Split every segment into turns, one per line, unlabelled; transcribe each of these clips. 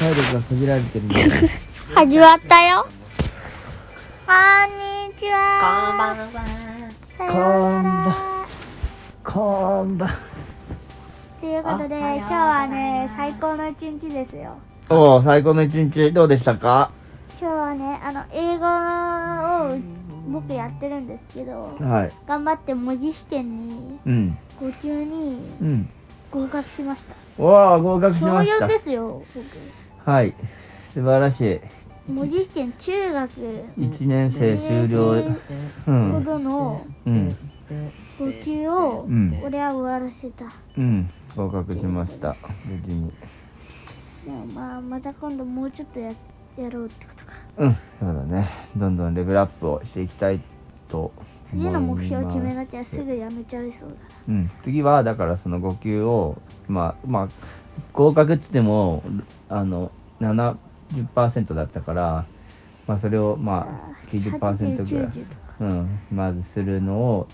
能力が限られてるんで
始まったよ。こんにち
こん
は。
ばんは。
こ
こんばんはこんばん
ということで、
おはよう
今日はね、最高の一日ですよ。
おお最高の一日どうでしたか
今日はね、あの、英語を僕やってるんですけど、
はい
頑張って模擬試験に、
うん
5級に
うん
合格しました。
おお合格し
そう
ま
い
し
う
た
ですよ、僕。
はい素晴らしい
模擬試験中学
一年生終了う
ほ
ん
どの
うん
5級を
うん
俺は終わらせた。
うん合格しました無事に
でもまあ、また今度もうちょっとややろうってことか。
うんそうだねどんどんレベルアップをしていきたいと思い
次
ます
の目標を決めなきゃすぐやめちゃいそうだ
うん、次はだからその5級をまあまあ合格っつってもあの70%だったから、まあ、それをまあ90%ぐらい
80、90とか
うん、まずするのを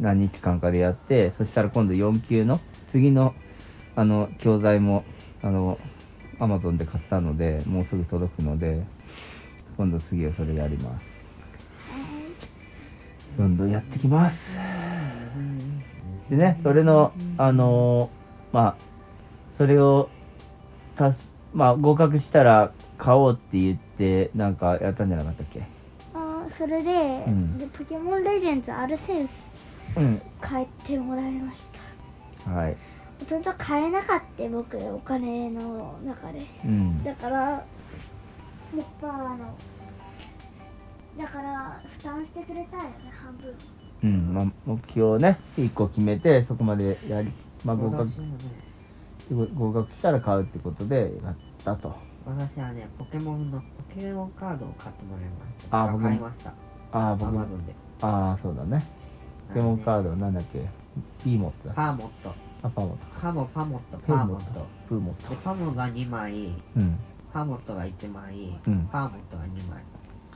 何日間かでやってそしたら今度4級の次のあの教材もあのアマゾンで買ったのでもうすぐ届くので今度次はそれやりますどんどんやってきますでねそれのあのまあそれを足すまあ合格したら買おうって言ってなんかやったんじゃなかったっけ
あーそれで,で、
ん
ポケモンレジェンズアルセウス
うん
買ってもらいました
はい
ほとんど買えなかった僕お金の中で
うん
だからやっぱあのだから負担してくれたよね半分
うん、まあ、目標をね1個決めてそこまでやり、まあ、合格合格したら買うってことでやったと
私はね、ポケモンのポケモンカードを買ってもらいました。
あ僕も
買いました。
ああ
ア
僕
マ
も
ゾンで。
ああそうだねポケモンカードなんだっけピーモットだ
パーモット。
あパーモット
パーモ、パーモット、
プ
パ
ー
ー
モ
モ
ッ
ッ
ト
ト。
プーモッ
で、パムが2枚、
トうん
パーモットが1枚、
うん
パーモットが2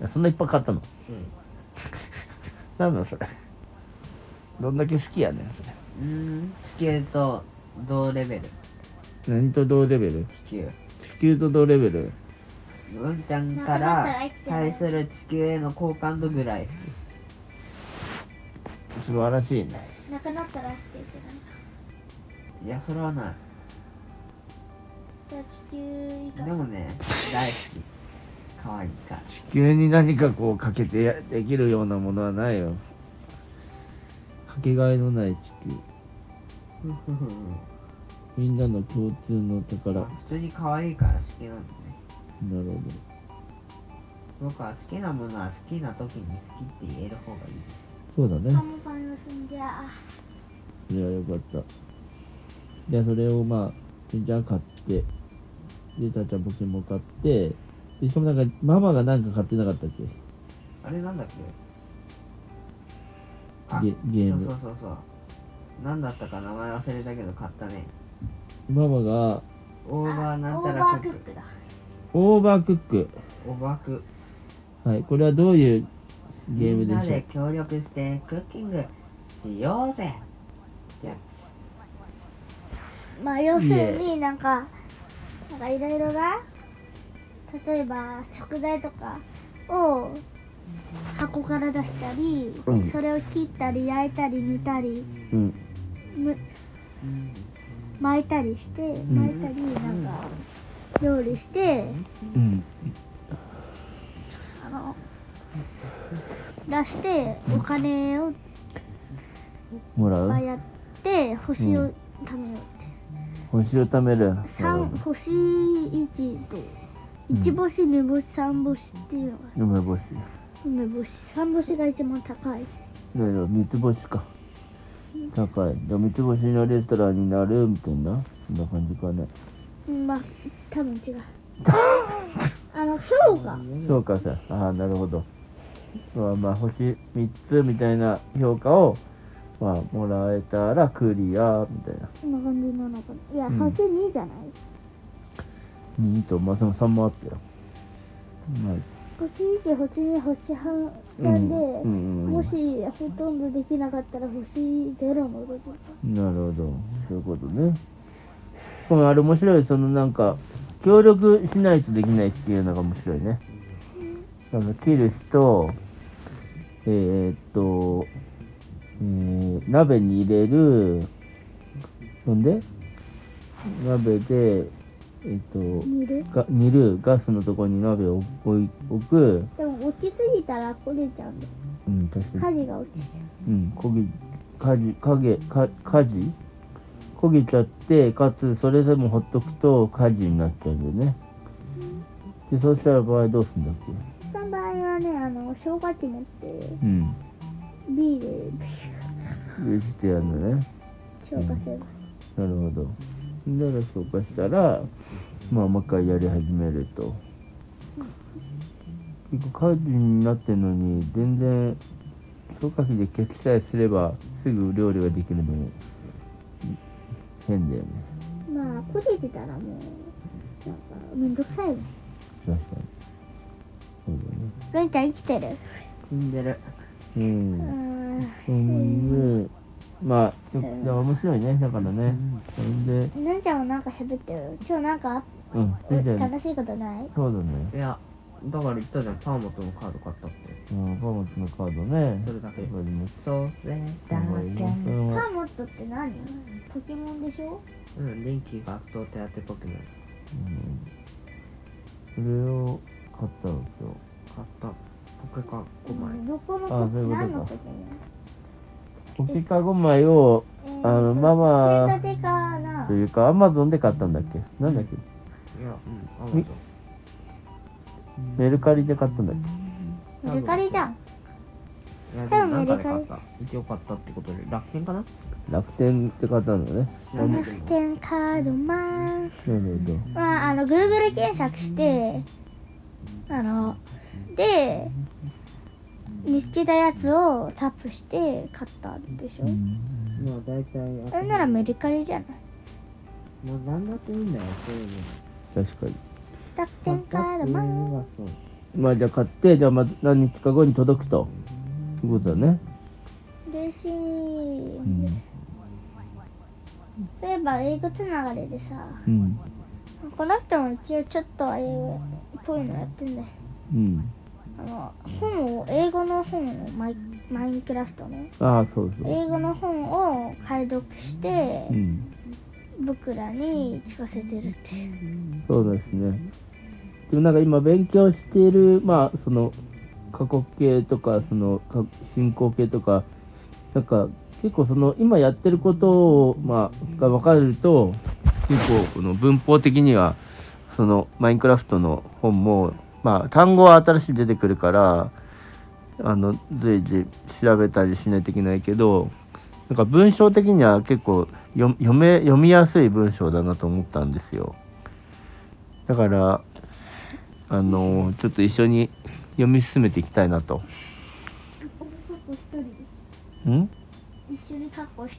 枚。
そんないっぱい買ったの
う
なんだそれどんだけ好きやねんそれ
ん。うん、地球と同レベル。
何と同レベル
地球。
地球と同レベル
うんちゃんから対する地球への好感度ぐらい好き。
素晴らしいね
なくなったら生きていけない
いや、それはない。
じゃあ地球以
で
下
もね、大好き。可愛い から。
地球に何かこうかけてやできるようなものはないよかけがえのない地球
ふふふ
みんなの共通の宝
まあ
なる
普通に可愛いから好きなんだね。
ほど
僕は好きなものは好きな時に好きって言える方がいいですよ。
そうだね
パンパンをすんじゃ
それはよかったじゃあそれをまあじゃあ買ってでたーちゃんポケモン買ってでしかもなんかママがなんか買ってなかったっけ
あれなんだっけあ
ゲゲーム
そうそうそうそう。何だったか名前忘れたけど買ったね。
ママが
オーバーなん
オ
た
ー
ら
バー
ク
ク
ッ
ッ
ク。
クだ
オーバークック
オーバーク。
はいこれはどういうゲーム
みんな
で
で協力してクッキングしようぜってやつ。
まあ要するになんかなんかいろいろな例えば食材とかを箱から出したり、
うん
それを切ったり焼いたり煮たり
しょううん
む巻いたりして巻いたりなんか料理して
うん
あの出してお金をいっ
もら
ぱいうやって星を貯めようって。
星を貯める
三星一と一星二星三星っていうのが
梅干し
梅干し三星が一番高い
いやいや三つ星か高いじゃあ三つ星のレストランになるみたいなそんな感じかね
うんまあ多 分違うあの評価
評価さああなるほどまあまあ星3つみたいな評価をまあもらえたらクリアみたいな
こんな感じなのかないや
うん
星二じゃない
2とまあその3もあったよまあ
星一星二星半
う
なん
ん
で
うん
もしほとんどできなかったら星ゼロのこと
なるほどそういうことねこのあれ面白いそのなんか協力しないとできないっていうのが面白いね。あの切る人、えーっと、えー鍋に入れる、そんで、鍋で、えーっと、
煮る
が煮るガスのところに鍋を置い置く、
でも落ちすぎたら焦げちゃうんだよ
うん、確かに。
火事が落ちちゃ
うん、焦げ、火事、火事、か火事焦げちゃって、かつそれでもほっとくと火事になっちゃうんだよね。で、そうしたら場合どうすんだっけ
うその場合はねあの消火器持って
うん。
ビールでプシュッ
上してやるのね。
消火すれば
なるほど。なら消化したら、まあもう一回やり始めると。結構火事になってるのに、全然消火器で消しさえすれば、すぐ料理ができるのに、変だよね。
まあ焦げてたらもうなんかめんどくさいね
確かに。そうだね。
ルンちゃん生きてる
死んでる
う
うー
ん。
ん
そんで、まあ、よでも面白いね、だからね。そんで、
ルンちゃんもなんか喋ってる今日なんか
うん、それじゃあ
楽しいことない
そうだね。
いやだから言ったじゃんパーモットのカード買ったって
うん、パーモットのカードね。
それだけ
やっぱりね
それだ
そ
け
れ
パ
は
ーモットって何ポケモンでしょ
うん電気が悪党手当てポケモン
それを買ったの今
買ったポケカ5枚
どこの
あそういうことか
何のポケ
日。ポケカ5枚を
モン
あのママ
テカテカな
というか、アマゾンで買ったんだっけなんだっけ
いやうんアマゾ
みメルカリで買ったんだっ
ン
メルカリじゃん
いやでもなんかで買った一応買ったってことで楽天かな
け楽天で買ったんだね。
なんだ
楽
けど
天カードマン
なるほど。
まああの Google 検索してあので見つけたやつをタップして買ったんでしょ
まあ大体
それならメルカリじゃない
もう何だっていいんだよそういうの
確かに。
楽天カードマン
まあじゃあ買って、じゃあまあ何日か後に届くと。いうことだね。
嬉しい、
うん。
そういえば英語つながりでさ
うん。
この人も一応ちょっと英語っぽいのやってんだよ
うん。
あの本を英語の本をマイマインクラフトね
ああ、そうそう。
英語の本を解読して
うん。
僕らに聞かせてるっていう
そうですね。でもなんか今勉強している、まあその過去形とか、そのか進行形とか、なんか結構その今やってることを、まあ、が分かると、結構この文法的には、そのマインクラフトの本も、まあ単語は新しい出てくるから、あの随時調べたりしないといけないけど、なんか文章的には結構読読め読みやすい文章だなと思ったんですよ。だからあのちょっと一緒に読み進めていきたいなと。
過去一人
ん
一緒に過去一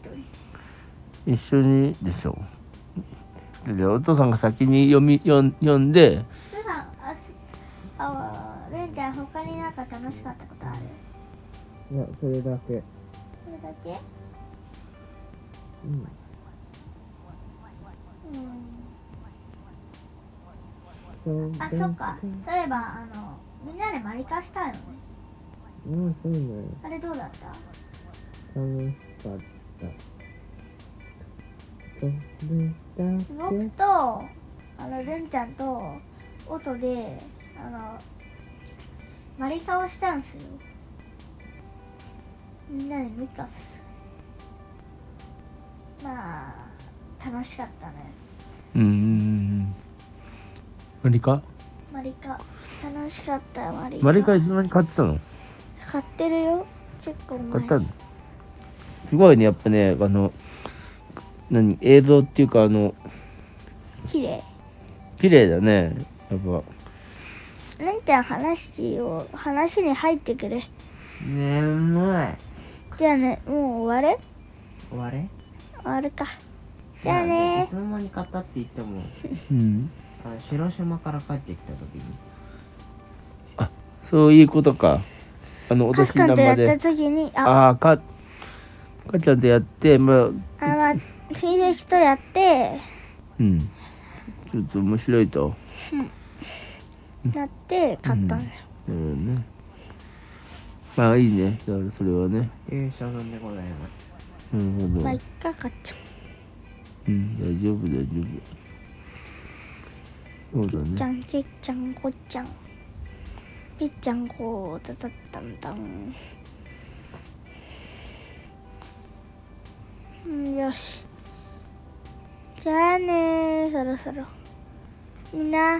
人
一緒にでしょでお父さんが先に読み読ん読んで
ルンさんあすあルンちゃん他になんか楽しかったことある
いやそれだけ
それだけ
うん
うん
そう
あそっかそういえばあのみんなでマリカしたいのね
うんそうなの
あれどうだった
楽しかったそれだ
僕とあのルンちゃんと音であのマリカをしたんすよみんなでミカするまあ楽しかったね
うんうんうんマリカ
マリカ楽しかったよマリカ
マリカいつの間に買ってたの
買ってるよ結構前
買ったのすごいねやっぱねあの何映像っていうかあの
綺麗
綺麗だねやっぱ
ルンちゃん話を話に入ってくれ
眠
じゃあねもう終わる
い終われ
終わるかじゃあね
いつの間に買ったって言っても
うん
あの広島から帰ってきた時に
そういうことかあのお
カ
年
スカン
玉
とやった
で
時にあ
ああーかかちゃんとやってまあ
あの親戚とやって
うん。ちょっと面白いと。
なって買ったんだよ、
なるほどね。まあいいね。だからそれはね。
優勝なんでございます。
なるほど。
まあ一回買っちゃ
うん、大丈夫大丈夫。そう
う、じ
だ
ゃ
ね。
んけっちゃんこっちゃんぺっちゃんこたたったんだんうんよしじゃあねそろそろみんな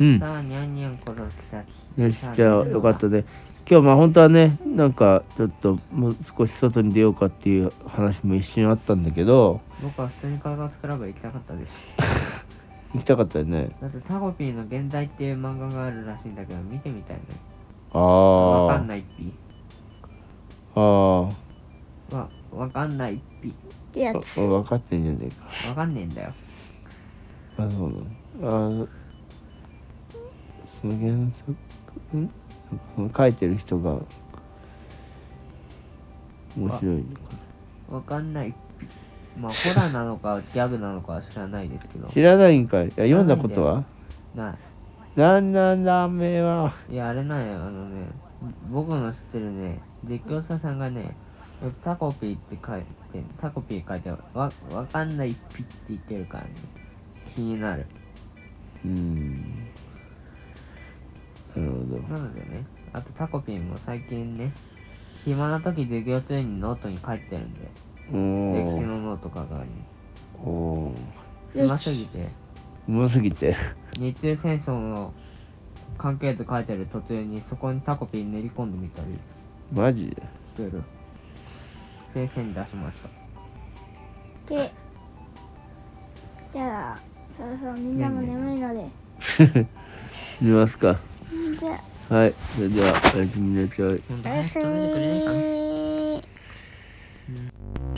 うん。
さあ、にゃんにゃんころきさき。
よし、じゃあよかったね。今日まあ本当はね、なんかちょっともう少し外に出ようかっていう話も一瞬あったんだけど、
僕は普通に開発クラブ行きたかったです。
行きたかったよね。
だってタコピーの現代っていう漫画があるらしいんだけど、見てみたいね。
あ
わか
あ
ん。ないっぴ。
あ
わ、わかんないっぴ。
ってやつ
あ。分かってんじゃねえか。
わかんねえんだよ。
なるほど。あのその原作んその書いてる人が面白いのか
わかんないっぴ。まあ、ホラーなのかギャグなのかは知らないですけど
な。知らないんかいいや読んだことは
な。
なんなんだめはい
いや、あれなんよ、あのね、僕の知ってるね、絶叫者さんがね、タコピーって書いて、タコピー書いて、わ、わかんないっぴって言ってるからね。気になる。
うんなるほど
なのでね、あとタコピンも最近ね、暇な時授業中にノートに書いてるんで、
お
歴史
ー
のノートとかが、ね、
おー
暇すぎて、
うますぎて
日中戦争の関係図書いてる途中にそこにタコピン練り込んでみたり
マジで
してる。先生に出しました。
でじゃあそろそろみんなも眠いので、
見ますか
じゃ
はいそれではおやすみなさい
あおやすみ
本当に早く取られてくれないかな
ー